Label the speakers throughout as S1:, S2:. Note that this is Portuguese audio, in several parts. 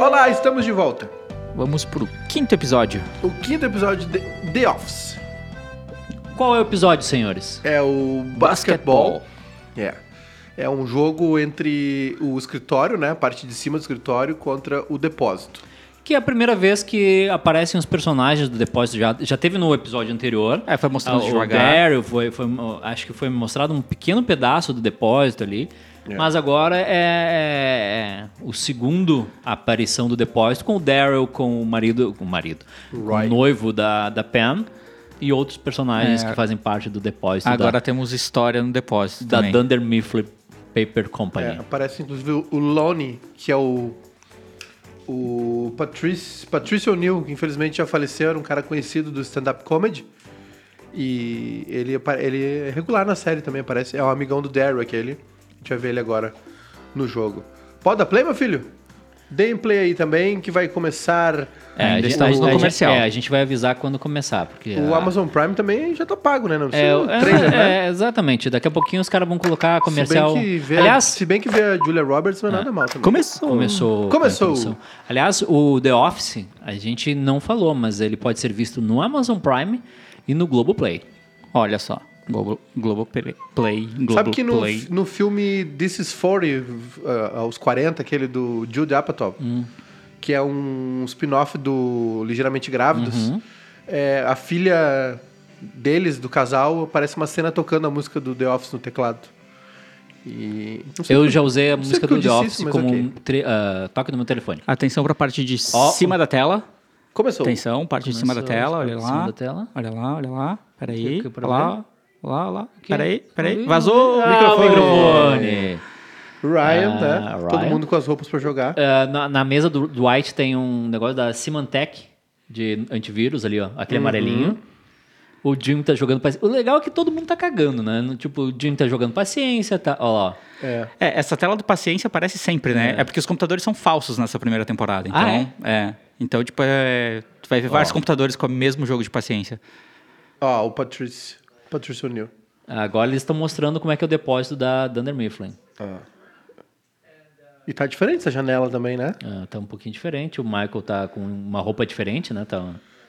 S1: Olá, estamos de volta.
S2: Vamos pro quinto episódio.
S1: O quinto episódio de The Office
S3: Qual é o episódio, senhores?
S1: é o basketball. É. É um jogo entre o escritório, né? A parte de cima do escritório contra o depósito.
S3: Que é a primeira vez que aparecem os personagens do depósito. Já, já teve no episódio anterior.
S2: É, foi mostrando
S3: Ah,
S2: devagar.
S3: O Daryl, foi, foi- acho que foi mostrado um pequeno pedaço do depósito ali. Mas agora é, é- é o segundo aparição do depósito com o Daryl, com o marido, com o marido, com
S1: Roy.
S3: o noivo da, da Pam e outros personagens que fazem parte do depósito
S2: É. Agora
S3: da,
S2: temos história no depósito
S3: da
S2: também.
S3: Dunder Mifflin Paper
S1: É,
S3: Company.
S1: aparece inclusive o Lonnie, que é o. O Patrice, Patrice O'Neill, que infelizmente já faleceu, era um cara conhecido do stand-up comedy. E ele, apa- ele é regular na série também, aparece. É um amigão do Daryl aquele. A gente vai ver ele agora no jogo. Pode dar play, meu filho? Deem play aí também, que vai começar.
S3: É, a
S2: Ainda
S3: gente-
S2: estamos
S3: a
S2: no
S3: gente-
S2: comercial.
S3: é, a gente vai avisar quando começar, porque
S1: O
S3: a-
S1: Amazon Prime também já tá pago, né? Não
S3: É,
S1: precisa
S3: é,
S1: trailer, né?
S3: é, exatamente. Daqui a pouquinho os caras vão colocar comercial.
S1: Se bem que ver,
S3: Aliás,
S1: se bem que ver a Julia Roberts não é nada mal também.
S2: Começou.
S3: começou. a
S1: Começou.
S3: introdução. Aliás, o The Office, a gente não falou, mas ele pode ser visto no Amazon Prime e no Globoplay.
S2: Olha só. Globo, Globo Play. Globo
S1: Sabe que no,
S2: Play.
S1: no filme This is 40, uh, aos 40, aquele do Jude Apatow,
S3: Hum.
S1: que é um spin-off do Ligeiramente Grávidos,
S3: Uhum.
S1: é, a filha deles, do casal, aparece uma cena tocando a música do The Office no teclado. E não sei
S3: Eu
S1: por-
S3: já usei
S1: sei
S3: a música
S1: porque eu
S3: do The
S1: disse
S3: Office
S1: isso, mas
S3: como
S1: ok.
S3: um tre- ah, toque no meu telefone.
S2: Atenção pra parte de
S3: Ó,
S2: cima da tela.
S1: Começou.
S2: Atenção, parte de cima da
S3: Começou,
S2: tela, olha
S3: parte de
S2: lá.
S3: cima da tela.
S2: Olha lá, olha lá. Peraí.
S3: Que- que
S2: Olha
S3: problema?
S2: lá, olha lá, olha lá.
S3: Que?
S2: Peraí,
S3: Não
S2: peraí.
S3: vi,
S2: Vazou.
S3: Ah, o microfone.
S1: Ryan, né?
S3: Ah,
S1: Todo
S3: Ryan.
S1: mundo com as roupas pra jogar.
S3: Ah, na, na mesa do Dwight tem um negócio da Symantec de antivírus ali, ó.
S1: Uhum.
S3: Aquele amarelinho. O Jim tá jogando paciência. O legal é que todo mundo tá cagando, né? No- Tipo, o Jim tá jogando paciência, tá. Ó lá. ó.
S1: É.
S2: É, essa tela do paciência aparece sempre, né? É, porque os computadores são falsos nessa primeira temporada. Então,
S3: Ah,
S2: é. Então, tipo, é, tu vai ver vários computadores com o mesmo jogo de paciência.
S1: Ó, o Patrice, Patrice O'Neill.
S3: Agora eles estão mostrando como é que é o depósito da Dunder Mifflin.
S1: E tá diferente essa janela também, né?
S3: Ah, tá um pouquinho diferente. O Michael tá com uma roupa diferente, né? Tá...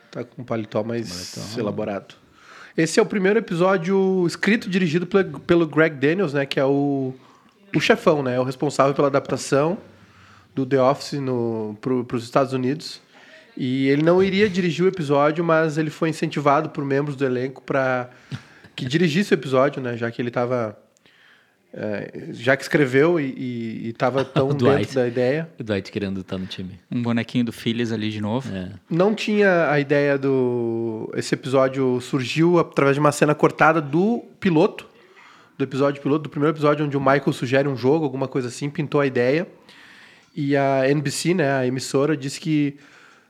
S1: Tá com um paletó mais elaborado. Esse é o primeiro episódio escrito e dirigido pelo, pelo Greg Daniels, né? Que é o, o chefão, né? O responsável pela adaptação do The Office no, para os Estados Unidos. E ele não iria dirigir o episódio, mas ele foi incentivado por membros do elenco para que dirigisse o episódio, né? Já que ele estava... já que escreveu e estava tão dentro
S3: Dwight.
S1: da ideia.
S3: O Dwight querendo estar no time.
S2: Um bonequinho do Phyllis ali de novo.
S3: É.
S1: não tinha a ideia do. Esse episódio surgiu através de uma cena cortada do piloto, do episódio piloto, do primeiro episódio, onde o Michael sugere um jogo, alguma coisa assim, pintou a ideia. E a NBC, né, a emissora, disse que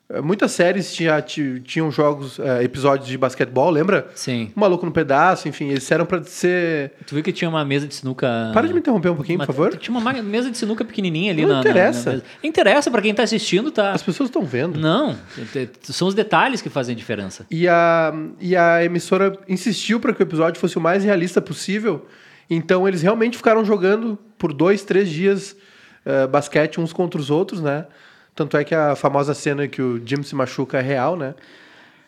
S1: eh, muitas séries tinha, ti- tinham jogos, eh, episódios de basquetebol, lembra?
S3: Sim.
S1: O Maluco no Pedaço, enfim, eles eram pra ser.
S3: Tu viu que tinha uma mesa de sinuca.
S1: Para de me interromper um pouquinho,
S3: Ah. Mas
S1: por favor.
S3: Tinha uma ma- mesa de sinuca pequenininha ali
S1: Não
S3: na. na- na
S1: interessa.
S3: mesa. interessa pra quem tá assistindo, tá?
S1: As pessoas estão vendo.
S3: Não, te- te- são os detalhes que fazem diferença.
S1: E a, e a emissora insistiu para que o episódio fosse o mais realista possível. Então eles realmente ficaram jogando por dois, três dias eh, basquete uns contra os outros, né? Tanto é que a famosa cena que o Jim se machuca é real, né?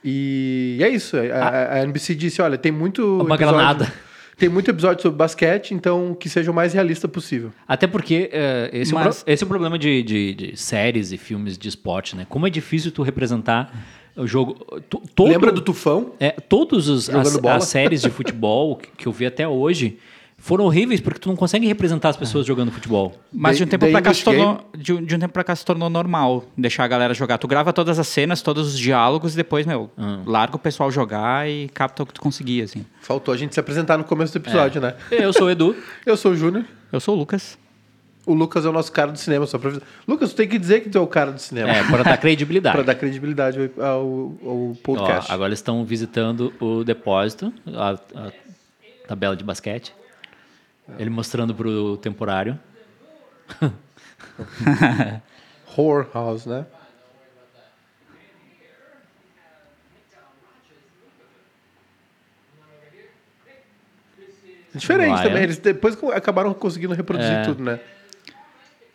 S1: E é isso. A, a- a NBC disse: olha, tem muito.
S3: Ah. Uma granada.
S1: Tem muito episódio sobre basquete, então que seja o mais realista possível.
S3: Até porque é, esse, é o
S2: Mas-
S3: pro- esse é o problema de, de- de séries e filmes de esporte, né? Como é difícil tu representar o jogo. to- todo-
S1: Lembra do Tufão?
S3: É, todos os,
S1: Jogando
S3: as,
S1: bola.
S3: as séries de futebol que que eu vi até hoje foram horríveis porque tu não consegue representar as pessoas jogando futebol.
S2: Mas de um
S1: The-
S2: tempo
S1: The
S2: pra cá se
S1: English
S2: tornou, de, um, de um tempo pra cá se tornou normal deixar a galera jogar. Tu grava todas as cenas, todos os diálogos e depois, meu, larga o pessoal jogar e capta o que tu conseguir, assim.
S1: Faltou a gente se apresentar no começo do
S3: É.
S1: episódio, né?
S3: Eu sou o Edu.
S1: Eu sou o Júnior.
S2: Eu sou o Lucas.
S1: O Lucas é o nosso cara do cinema, só pra avisar. Lucas, tu tem que dizer que tu é o cara do cinema.
S3: É, para dar credibilidade.
S1: Pra dar credibilidade ao, ao
S3: Ó,
S1: podcast.
S3: agora eles estão visitando o depósito, a, a tabela de basquete. Ele mostrando pro temporário.
S1: Horror House, né? Diferente
S3: Ryan.
S1: também, eles depois co- acabaram conseguindo reproduzir
S3: É.
S1: tudo, né?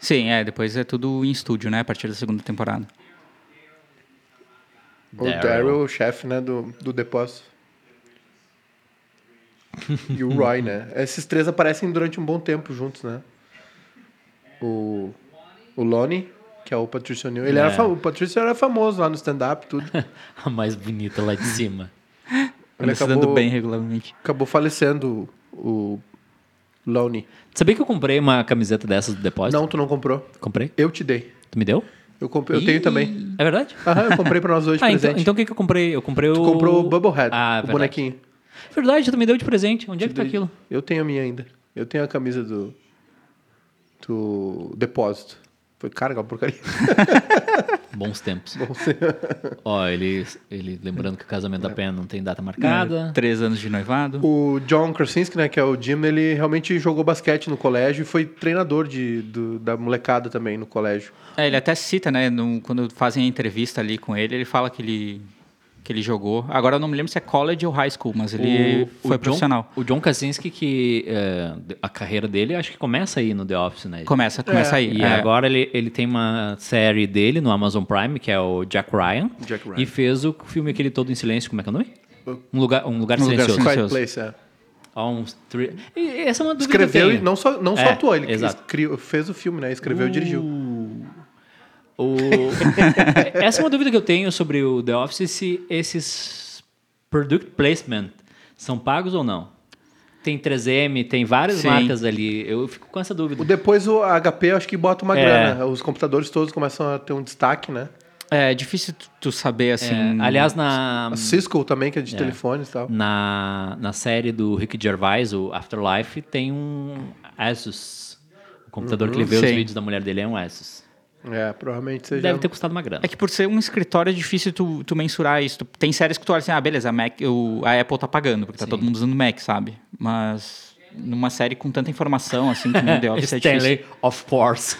S2: Sim, é, depois é tudo em estúdio, né? A partir da segunda temporada.
S1: O Daryl, o chefe, né, do, do depósito. e o Roy, né? Esses três aparecem durante um bom tempo juntos, né? O, o Lonnie, que é o Patricio O'Neill. Ele
S3: É.
S1: era fam- O Patricio era famoso lá no stand-up e tudo.
S3: A mais bonita lá de cima.
S1: Ele
S2: Ele se dando
S1: acabou-
S2: bem regularmente.
S1: Acabou falecendo o, o Lonnie.
S3: Sabia que eu comprei uma camiseta dessas do depósito?
S1: Não, tu não comprou.
S3: Comprei?
S1: Eu te dei.
S3: Tu me deu?
S1: Eu, comprei, eu tenho também.
S3: É verdade?
S1: Aham, eu comprei pra nós dois de
S3: Ah, então,
S1: presente.
S3: então o que, que eu comprei? Eu comprei
S1: Tu
S3: o.
S1: comprou o Bubblehead,
S3: Ah,
S1: o
S3: verdade.
S1: bonequinho.
S3: Verdade, tu me deu de presente. Onde é que tá aquilo?
S1: Eu tenho a minha ainda. Eu tenho a camisa do. do depósito. Foi carga, porcaria.
S3: Bons tempos. Ó, ele, ele lembrando que o casamento
S1: É.
S3: da Penha não tem data marcada.
S2: É, Três anos de noivado.
S1: O John Krasinski, né, que é o Jim, ele realmente jogou basquete no colégio e foi treinador de, do- da molecada também no colégio.
S2: É, ele até cita, né? no- quando fazem a entrevista ali com ele, ele fala que ele, que ele jogou. Agora eu não me lembro se é college ou high school, mas ele foi
S3: John-
S2: profissional.
S3: O John Kaczynski, que é, a carreira dele acho que começa aí no The Office, né?
S2: Começa, começa aí.
S3: E
S2: é.
S3: agora ele, ele tem uma série dele no Amazon Prime, que é o Jack Ryan.
S1: Jack Ryan.
S3: E fez o filme aquele todo em silêncio, como é que é o nome? Um lugar, um lugar
S2: Um Lugar
S3: silencioso.
S2: Silencioso.
S1: Quiet Place, é.
S2: Ansioso.
S3: Ó, uns tri- E essa é uma dúvida que eu
S1: Escreveu e
S3: tenho.
S1: não só, não só
S3: É,
S1: atuou, ele
S3: exato. Uh.
S1: criou- fez o filme, né? Escreveu e dirigiu.
S3: O- Essa é uma dúvida que eu tenho sobre o The Office, se esses product placement são pagos ou não. Tem 3M, tem várias
S2: Sim.
S3: marcas ali. Eu fico com essa
S1: O-
S3: dúvida.
S1: Depois o HP acho que bota uma
S3: É.
S1: grana. né? Os computadores todos começam a ter um destaque, né?
S2: É difícil tu- tu saber,
S3: É,
S2: assim.
S3: aliás, na,
S1: A Cisco também, que é de telefones e tal.
S3: na, na série do Rick Gervais, o Afterlife, tem um Asus. O computador que ele vê os
S2: Uhum. Sim.
S3: vídeos da mulher dele é um Asus.
S1: É, provavelmente seja.
S3: Deve ter custado uma grana.
S2: É que por ser um escritório é difícil tu, tu mensurar isso. Tu- tem séries que tu olha assim, ah, beleza, a, Mac, o- a Apple tá pagando, porque tá todo mundo usando Mac, sabe? Mas numa série com tanta informação, assim, como o The Office é difícil.
S3: Stanley, of course.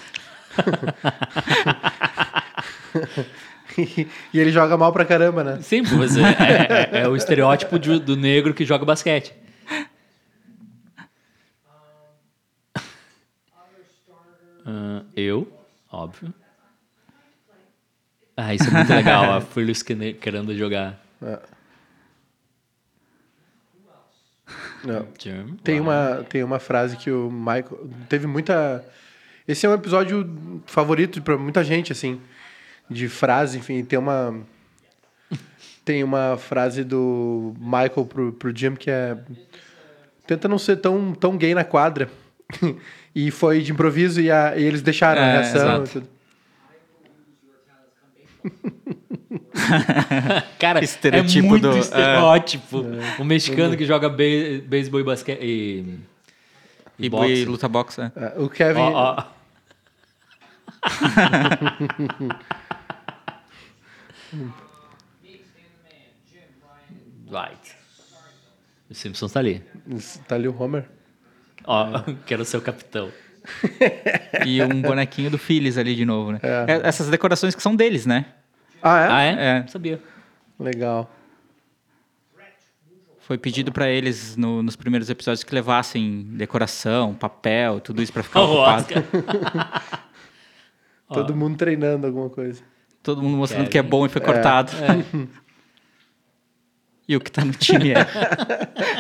S1: e ele joga mal pra caramba, né?
S3: Sim, mas é, é- é- é o estereótipo de- do negro que joga basquete. Ah, eu, óbvio. Ah, isso é muito legal, a Furley Skinner querendo jogar.
S1: É. Não.
S3: Jim.
S1: Tem uma, tem uma frase que o Michael. Teve muita. Esse é um episódio favorito pra muita gente, assim. De frase, enfim, tem uma. Tem uma frase do Michael pro, pro Jim que é. Tenta não ser tão, tão gay na quadra. e foi de improviso e, a- e eles deixaram a
S2: É,
S1: reação.
S2: exato.
S1: e tudo.
S3: Ah, Cara,
S2: Estereotipo
S3: é muito
S2: do- é. Uhum.
S3: estereótipo. O mexicano que joga be- beisebol e basquete e,
S2: E,
S3: e
S2: e
S3: boxe.
S2: luta boxe, é.
S1: Ah, O Kevin.
S3: Ó, ó. Right. O Simpsons tá ali.
S1: Tá ali o Homer.
S3: Ó, quero ser o capitão.
S2: E um bonequinho do Phillies ali de novo, né?
S1: É.
S2: É, Essas decorações que são deles, né?
S1: Ah, é?
S3: Ah, é?
S2: É.
S3: Não sabia.
S1: Legal.
S2: Foi pedido pra eles no- nos primeiros episódios que levassem decoração, papel, tudo isso pra ficar
S3: Ó, o
S2: ocupado.
S3: Oscar.
S1: Todo mundo treinando alguma coisa.
S2: Todo mundo mostrando
S3: Kevin.
S2: que é bom e foi cortado.
S3: É.
S2: E o que tá no time é.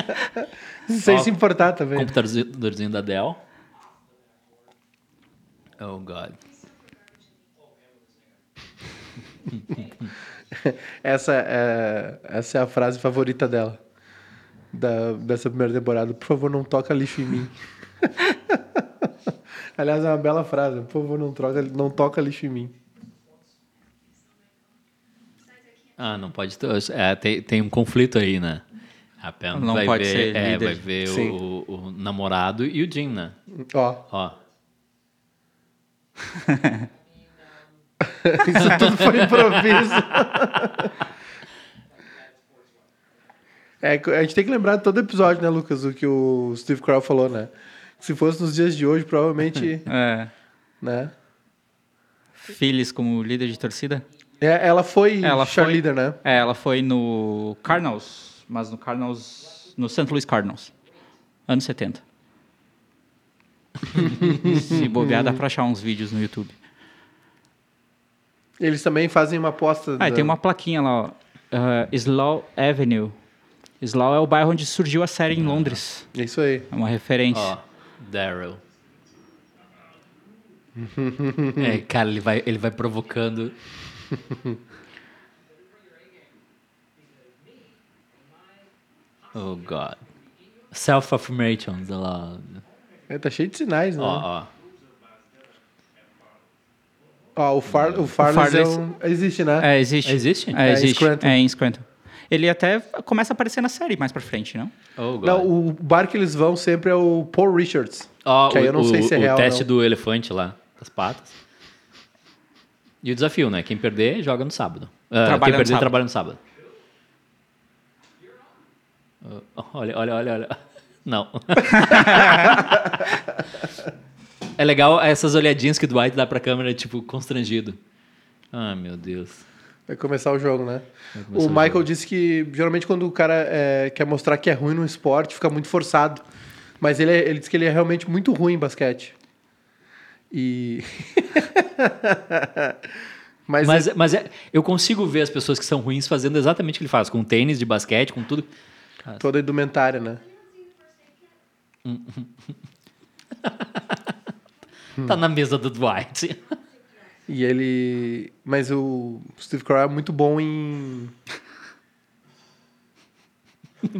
S1: Sem
S3: Ó,
S1: se importar também. né?
S3: Computadorzinho da Dell. Oh, God.
S1: Essa é, essa é a frase favorita dela. Da, dessa primeira temporada. Por favor, não toca lixo em mim. Aliás, é uma bela frase. Por favor, não, troca, não toca lixo em mim.
S3: Ah, não pode ter. é, tem, tem um conflito aí, né? A Pam
S2: Não
S3: vai
S2: pode
S3: ver,
S2: ser
S3: é,
S2: líder.
S3: vai ver
S1: Sim.
S3: o, o namorado e o Jim, né?
S1: Ó,
S3: Ó.
S1: isso tudo foi improviso. É, a gente tem que lembrar de todo episódio, né, Lucas? O que o Steve Carell falou, né? Se fosse nos dias de hoje, provavelmente,
S2: é.
S1: né?
S2: Phillies como líder de torcida?
S1: É, Ela foi
S2: Ela foi-
S1: cheerleader, né?
S2: É, ela foi no Cardinals, mas no Cardinals, no St. Louis Cardinals, anos 70. Se bobear, dá pra achar uns vídeos no YouTube.
S1: Eles também fazem uma aposta.
S2: Ah, e
S1: da-
S2: tem uma plaquinha lá, ó. Ah, Slough Avenue. Slough é o bairro onde surgiu a série em Londres.
S1: É Isso aí.
S2: É uma referência.
S3: Ó, Daryl. é, cara, ele vai, ele vai provocando. oh, God. Self-affirmation, sei lá.
S1: É, tá cheio de sinais, né? Ó,
S3: Ó, ó.
S1: Ah, o, Far, o Farless é
S2: Farless-
S1: um- existe, né?
S2: É, existe.
S3: Existe?
S2: É,
S1: É, em
S2: existe.
S1: Scranton.
S2: É, em Scranton. Ele até começa a aparecer na série mais pra frente, não?
S3: Oh, God.
S1: Não, o bar que eles vão sempre é o Paul Richards.
S3: Ó,
S1: que aí eu não sei se é
S3: o
S1: real,
S3: teste
S1: não.
S3: do elefante lá, das patas. E o desafio, né? Quem perder, joga no sábado. Ah,
S2: Trabalha
S3: quem
S2: no
S3: perder,
S2: sábado.
S3: trabalha no sábado. Ah, Olha, olha, olha, olha. Não. é legal essas olhadinhas que o Dwight dá pra câmera, tipo, constrangido. Ah, meu Deus.
S1: Vai começar o jogo, né? O
S3: começar o
S1: Michael disse que geralmente quando o cara é, quer mostrar que é ruim no esporte, fica muito forçado. Mas ele, é- ele disse que ele é realmente muito ruim em basquete. E. Mas,
S3: Mas, mas é- eu consigo ver as pessoas que são ruins fazendo exatamente o que ele faz, com tênis de basquete, com tudo.
S1: é toda indumentária, né?
S3: Tá na mesa do Dwight.
S1: E ele. Mas o Steve Carell é muito bom em.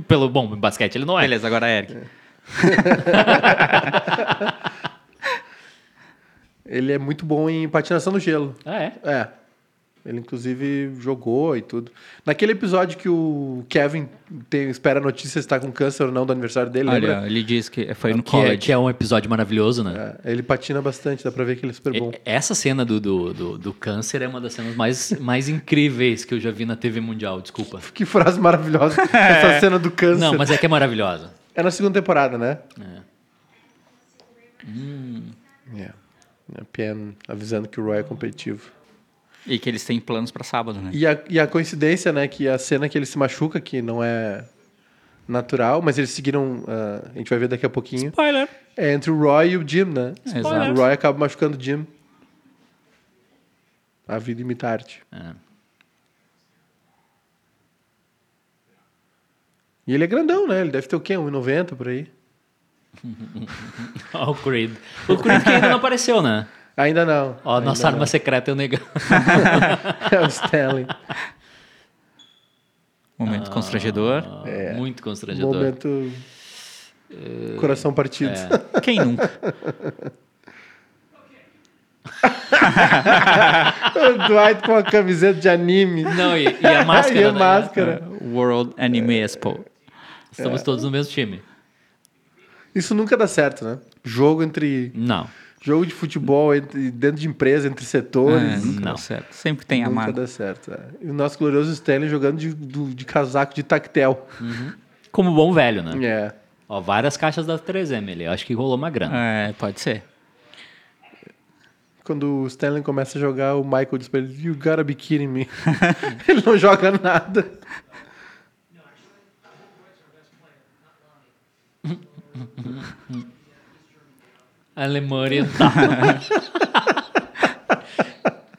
S3: Pelo bom, basquete ele não é.
S2: Beleza, agora é Eric.
S1: Ele é muito bom em patinação no gelo.
S3: Ah, é?
S1: É. Ele, inclusive, jogou e tudo. Naquele episódio que o Kevin tem- espera a notícia se tá com câncer ou não do aniversário dele, lembra?
S2: Olha, ele diz que foi no
S3: Que, é.
S2: college.
S3: que é um episódio maravilhoso, né?
S1: É, ele patina bastante, dá pra ver que ele é super bom.
S3: E- Essa cena do, do, do, do câncer é uma das cenas mais, mais incríveis que eu já vi na TV Mundial, desculpa.
S1: Que frase maravilhosa. Essa cena do câncer.
S3: Não, mas é que é maravilhosa.
S1: É na segunda temporada, né?
S3: É. Hum.
S1: É. A PM avisando que o Roy é competitivo.
S2: E que eles têm planos pra sábado, né?
S1: E a, e a coincidência, né, que a cena que ele se machuca, que não é natural, mas eles seguiram. ah, a gente vai ver daqui a pouquinho.
S2: Spoiler.
S1: É entre o Roy e o Jim, né?
S2: Spoiler.
S1: O Roy acaba machucando o Jim. A vida imita a arte.
S3: É.
S1: E ele é grandão, né? Ele deve ter o quê? 1,90 por aí.
S3: Ó, o Creed. O Creed que ainda não apareceu, né?
S1: Ainda não.
S3: Ó,
S1: Ainda
S3: nossa arma secreta é o negão.
S1: É o Stanley.
S2: Momento constrangedor.
S1: É.
S3: Muito constrangedor.
S1: Momento. Coração partido.
S3: É.
S2: Quem nunca?
S1: o Dwight com a camiseta de anime.
S3: Não, e, e a máscara.
S1: E a
S3: né?
S2: É.
S1: máscara. É.
S2: World Anime Expo.
S3: Estamos todos no mesmo time. É.
S1: Isso nunca dá certo, né? Jogo entre.
S3: Não.
S1: Jogo de futebol entre, dentro de empresa, entre setores.
S2: É, nunca
S3: Não.
S2: dá certo. Sempre tem a
S1: Nunca
S2: marca.
S1: dá certo. é. E o nosso glorioso Stanley jogando de, do- de casaco de tactel.
S3: Como bom velho, né?
S1: É.
S3: Ó, várias caixas da 3M ali. Eu Acho que rolou uma grana.
S2: É, pode ser.
S1: Quando o Stanley começa a jogar, o Michael diz pra ele: You gotta be kidding me. ele não joga nada.
S3: Alemã Oriental.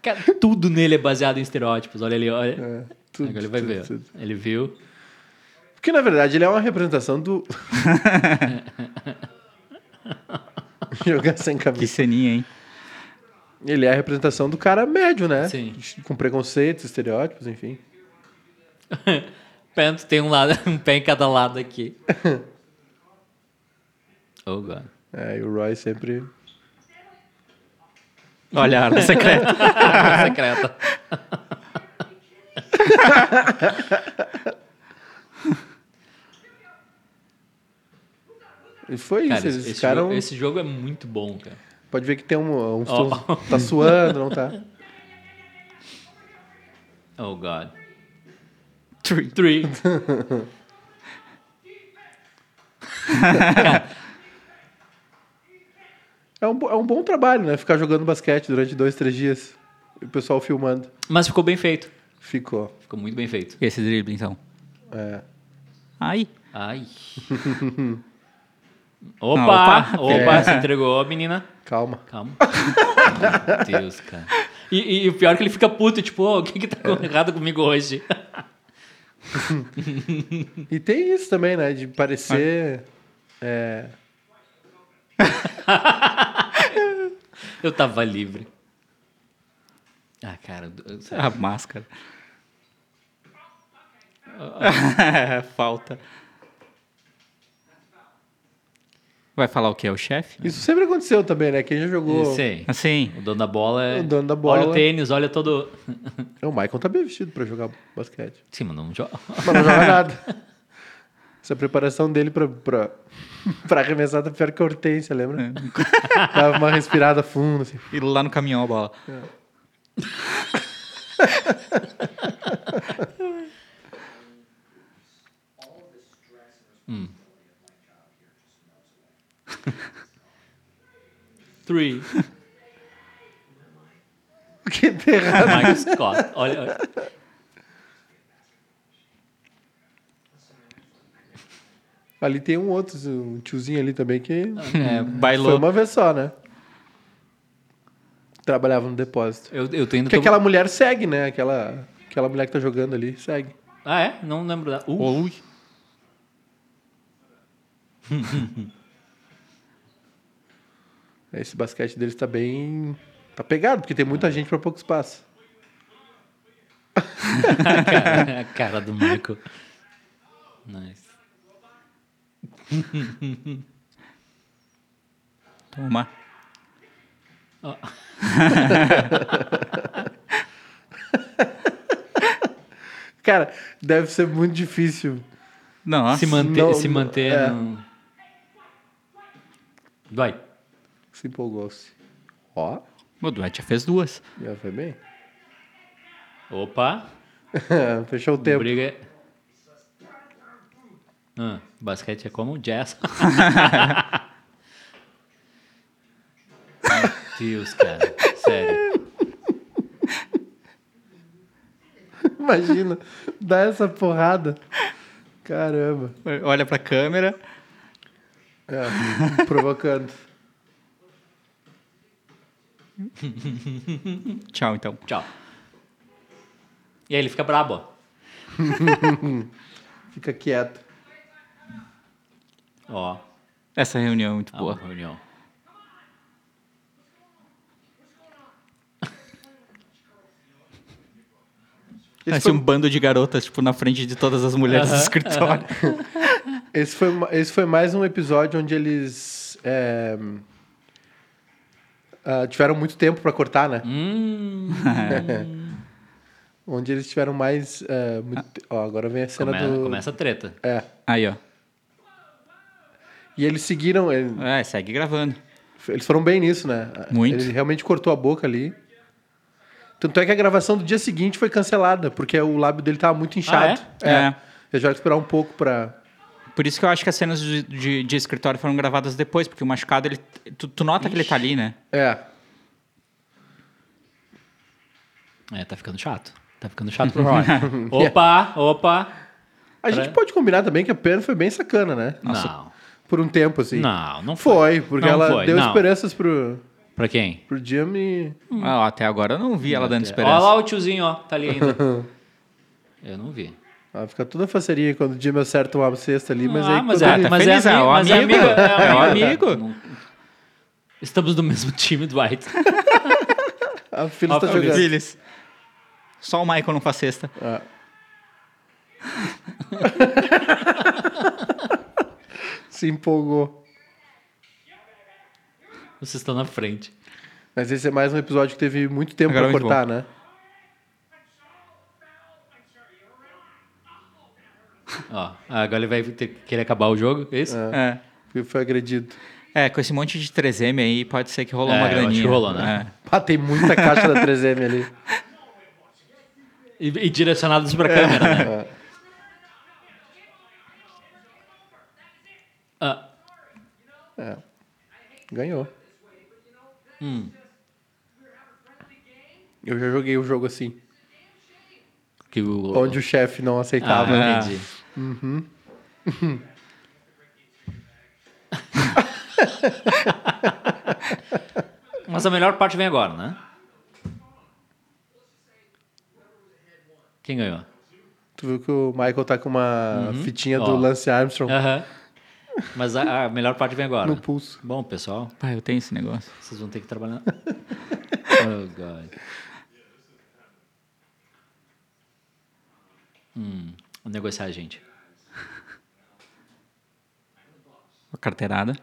S3: Cara, tudo nele é baseado em estereótipos. Olha ali, olha.
S1: É, tudo,
S3: Agora ele vai
S1: tudo,
S3: ver. ó.
S1: tudo.
S3: Ele viu.
S1: Porque na verdade ele é uma representação do. Jogar sem
S2: Que
S1: camisa.
S2: ceninha, hein?
S1: Ele é a representação do cara médio, né?
S3: Sim.
S1: Com preconceitos, estereótipos, enfim.
S3: Pé, tu Tem um, lado, um pé em cada lado aqui. Oh, God.
S1: É, e o Roy sempre.
S2: Olha a arma secreta.
S3: Arma secreta.
S1: E foi
S3: Cara,
S1: isso. Eles
S3: esse,
S1: ficaram.
S3: jogo, esse jogo é muito bom, cara.
S1: Pode ver que tem um. Uns
S3: Ó.
S1: tons- Tá suando, não tá?
S3: Oh, God.
S2: Three.
S3: Three.
S1: É um, bo- é um bom trabalho, né? Ficar jogando basquete durante dois, três dias. E o pessoal filmando.
S3: Mas ficou bem feito.
S1: Ficou.
S3: Ficou muito bem feito.
S2: Esse drible, então.
S1: É.
S2: Aí.
S3: Ai. Opa,
S2: Ah, opa.
S3: opa,
S1: É.
S3: se entregou, menina.
S1: Calma.
S3: Calma. Meu Deus, cara. E, e- e o pior é que ele fica puto, tipo, "Ô, o que que tá
S1: É.
S3: com- errado comigo hoje?
S1: E tem isso também, né? De parecer.
S3: Ah.
S1: É,
S3: Eu tava livre. Ah, cara, eu- sério.
S2: A máscara. Falta. Vai falar o que? É o chefe?
S1: Isso sempre aconteceu também, né? Quem já jogou.
S3: sei.
S2: Assim.
S3: O dono da bola é.
S1: O dono da bola.
S3: Olha o tênis, olha todo.
S1: É, O Michael tá bem vestido pra jogar basquete.
S3: Sim, um mas não joga.
S1: Mas não joga nada. Essa preparação dele pra, pra, pra arremessar tá pior que a Hortência, lembra? Dava uma respirada funda, assim.
S2: E lá no caminhão a bola.
S3: Three.
S1: Que terra.
S3: Michael Scott. Olha, olha.
S1: Ali tem um outro, um tiozinho ali também que foi
S2: É, bailou.
S1: uma vez só, né? Trabalhava no depósito.
S3: Eu, eu tô indo.
S1: Porque
S3: tô-
S1: aquela mulher segue, né? Aquela, aquela mulher que tá jogando ali, segue.
S3: Ah, é? Não lembro da. Uh,
S2: Ui.
S1: Esse basquete deles tá bem. Tá pegado, porque tem muita gente pra pouco espaço.
S3: a, cara, a cara do Michael. Nice.
S2: Toma.
S1: Cara, deve ser muito difícil.
S2: Nossa.
S3: se manter.
S1: não-
S3: se manter.
S1: é.
S3: no- Vai.
S1: Se empolgou-se. Ó,
S2: O Duarte já fez duas.
S1: já foi bem.
S3: Opa.
S1: Fechou o tempo.
S3: Briga. é- Ah, basquete é como jazz. Meu Deus, cara. Sério.
S1: Imagina, dá essa porrada. Caramba.
S2: Olha pra câmera.
S1: É, provocando.
S2: Tchau, então.
S3: Tchau. E aí ele fica brabo, ó.
S1: Fica quieto.
S3: Ó.
S2: Essa reunião é muito
S3: Ah, uma
S2: boa.
S3: reunião.
S2: Parece um bando de garotas, tipo, na frente de todas as mulheres do escritório.
S1: Esse foi, ma- esse foi mais um episódio onde eles é, ah, tiveram muito tempo pra cortar, né?
S3: Hum.
S1: Onde eles tiveram mais. é,
S2: Ah.
S1: muito te- ó, agora vem a cena
S3: Começa,
S1: do.
S3: começa a treta.
S1: É.
S2: Aí, ó.
S1: E eles seguiram. ele-
S2: É, segue gravando.
S1: Eles foram bem nisso, né?
S2: Muito.
S1: Ele realmente cortou a boca ali. Tanto é que a gravação do dia seguinte foi cancelada, porque o lábio dele tava muito inchado.
S2: Ah, é? É.
S1: Eu já esperar um pouco pra.
S2: Por isso que eu acho que as cenas de, de- de escritório foram gravadas depois, porque o machucado, ele, tu, tu nota que ele tá ali, né?
S1: É.
S3: É, tá ficando chato. Tá ficando chato pro Roy. opa, opa.
S1: A gente pode combinar também que a Pen foi bem sacana, né?
S3: Não.
S1: Por um tempo, assim.
S3: Não, não
S1: Foi,
S3: foi.
S1: porque
S3: Não
S1: ela
S3: foi,
S1: deu
S3: não.
S1: esperanças pro,
S3: Pra quem?
S1: pro Jim e.
S2: Ah, até agora eu não vi ela dando
S3: Hum. Olha
S2: esperança.
S3: lá o tiozinho, ó. Tá ali ainda. Eu não vi.
S1: Ela ah, fica toda faceria quando o Jim acerta uma cesta ali, mas
S3: ah,
S1: aí.
S3: mas,
S1: quando
S3: é,
S1: ele-
S2: tá
S3: mas,
S2: feliz,
S3: é, ami-
S2: é o
S3: mas
S2: amigo.
S3: é amigo.
S2: É o
S3: cara.
S2: amigo.
S3: Não- Estamos no mesmo time, Dwight.
S1: A tá filha
S3: é. Ó,
S1: está
S3: Feliz.
S1: jogando.
S2: Phyllis. Só o Michael não faz cesta.
S1: Ah. Se empolgou.
S3: Vocês estão na frente.
S1: Mas esse é mais um episódio que teve muito tempo
S2: Agora é
S1: pra
S2: muito
S1: cortar, né?
S3: Ó, agora ele vai ter que querer acabar o jogo, é isso?
S2: É.
S1: Porque foi agredido.
S2: É, com esse monte de 3M aí, pode ser que rolou
S3: É,
S2: uma
S3: eu acho que
S2: graninha.
S3: rolou, né?
S2: É.
S1: Ah, tem muita caixa da 3M ali.
S3: E, e direcionados pra câmera,
S1: É.
S3: né? Ah,
S1: Ganhou.
S3: Hum.
S1: Eu já joguei o jogo assim.
S3: que o,
S1: Onde o chefe não
S3: ah,
S1: aceitava.
S3: entendi. Mas a melhor parte vem agora, né? Quem ganhou?
S1: Tu viu que o Michael tá com uma fitinha do
S3: Uhum. Ó.
S1: Lance Armstrong
S3: Aham. Mas a, a melhor parte vem agora.
S1: no pulso.
S3: Bom, pessoal,
S2: Pai, eu tenho esse negócio.
S3: vocês vão ter que trabalhar. oh, God. Hum, vou negociar, gente.
S2: A carteirada.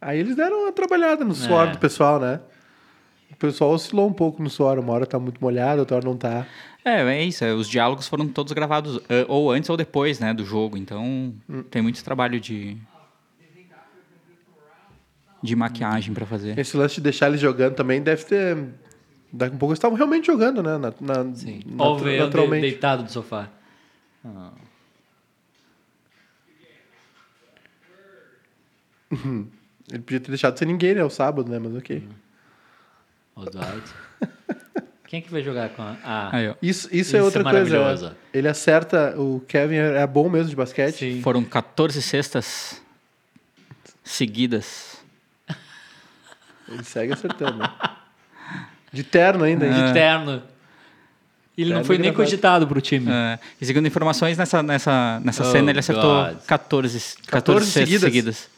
S1: Aí eles deram uma trabalhada no suor
S3: É.
S1: do pessoal, né? O pessoal oscilou um pouco no suor. Uma hora tá muito molhado, outra hora não tá.
S2: É, é isso. é, Os diálogos foram todos gravados eh, ou antes ou depois, né, do jogo. Então, tem muito trabalho de de maquiagem pra fazer.
S1: Esse lance de deixar eles jogando também deve ter. Daqui a pouco eles estavam realmente jogando, né? Na, na,
S3: Sim.
S1: natu-
S3: Ó, o Vean de-
S1: naturalmente.
S3: deitado do sofá. Ah.
S1: Ele podia ter deixado sem ninguém, né? O sábado, né? Mas ok.
S3: Uhum. O Dwight. Quem é que vai jogar com a. Ah,
S2: Aí, ó.
S1: Isso, isso,
S3: Isso é
S1: é outra coisa.
S3: maravilhoso.
S1: né? Ele acerta. O Kevin é é bom mesmo de basquete.
S3: sim.
S2: Foram 14 cestas seguidas.
S1: Ele segue acertando. né? De terno ainda. hein?
S3: De terno. Ele não
S1: Terno
S3: foi
S1: e
S3: nem
S1: gravata.
S3: cogitado pro time.
S2: Eh, e segundo informações, nessa, nessa, nessa
S3: Hum. Oh,
S2: cena ele acertou
S3: God.
S2: 14, 14,
S1: 14
S2: cestas
S1: seguidas?
S2: seguidas.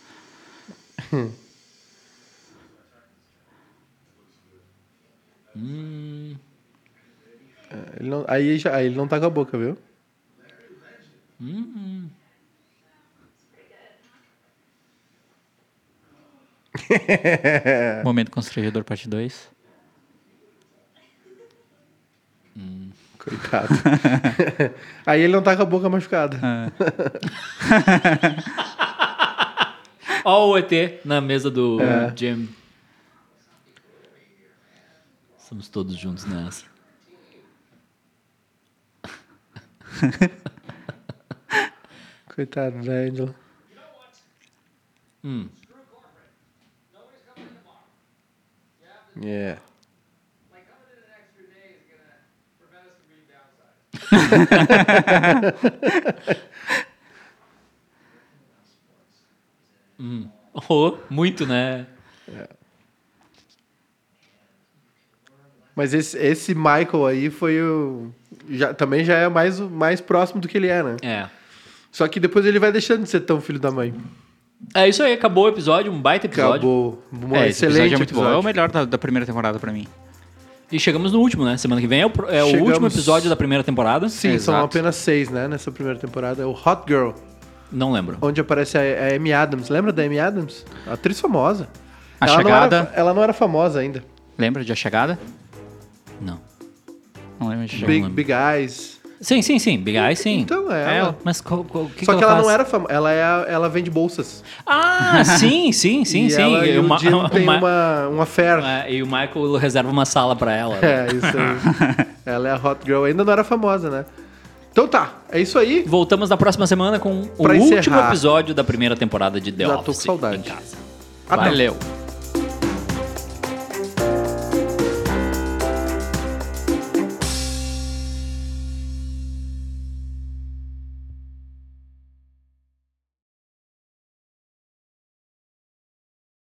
S3: Hum.
S1: Ele não, aí, já- aí ele não tá com a boca, viu?
S2: Momento constrangedor, parte 2.
S1: Coitado. aí ele não tá com a boca machucada.
S2: Ah.
S3: Ó o ET na mesa do Jim. Estamos todos juntos nessa.
S1: Coitado é da Angela.
S3: Hum.
S1: Yeah.
S3: Oh, muito, né?
S1: Mas esse, esse Michael aí foi o. Já, também já é mais, o- mais próximo do que ele é, né?
S3: É.
S1: Só que depois ele vai deixando de ser tão filho da mãe.
S3: É isso aí, acabou o episódio, um baita episódio.
S1: Acabou. Um
S2: É, esse episódio
S1: excelente
S2: é muito bom. É o
S1: episódio.
S2: melhor da, da primeira temporada pra mim.
S3: E chegamos no último, né? Semana que vem é o, pro- é o
S1: Chegamos.
S3: último episódio da primeira temporada.
S1: Sim, são
S2: Exato.
S1: apenas seis, né? Nessa primeira temporada. É o Hot Girl,
S3: Não lembro.
S1: onde aparece a, a Amy Adams. Lembra da Amy Adams? Atriz famosa.
S2: A
S1: ela
S2: chegada.
S1: Não era, ela não era famosa ainda.
S2: Lembra de A Chegada?
S3: Não.
S2: Não lembro de A Chegada.
S1: Big, Big Eyes.
S3: Sim, sim, sim. Big Eyes, sim.
S1: Então é ela.
S3: Mas qual- qual- o que
S1: Só que, ela, não
S3: faz?
S1: era famosa. Ela, é a- ela vende bolsas.
S3: Ah, sim, sim, sim,
S1: e
S3: sim.
S1: Ela e o
S3: Ma-
S1: Jim tem
S3: Ma-
S1: uma, uma affair.
S3: É, e o Michael reserva uma sala pra ela. né?
S1: É, isso aí. Ela é a Hot Girl. Ainda não era famosa, né? Então tá, é isso aí.
S3: Voltamos na próxima semana com o
S1: Pra
S3: último
S1: encerrar.
S3: episódio da primeira temporada de The
S1: Já tô
S3: Office
S1: com saudade.
S3: em casa.
S1: Até.
S2: Valeu.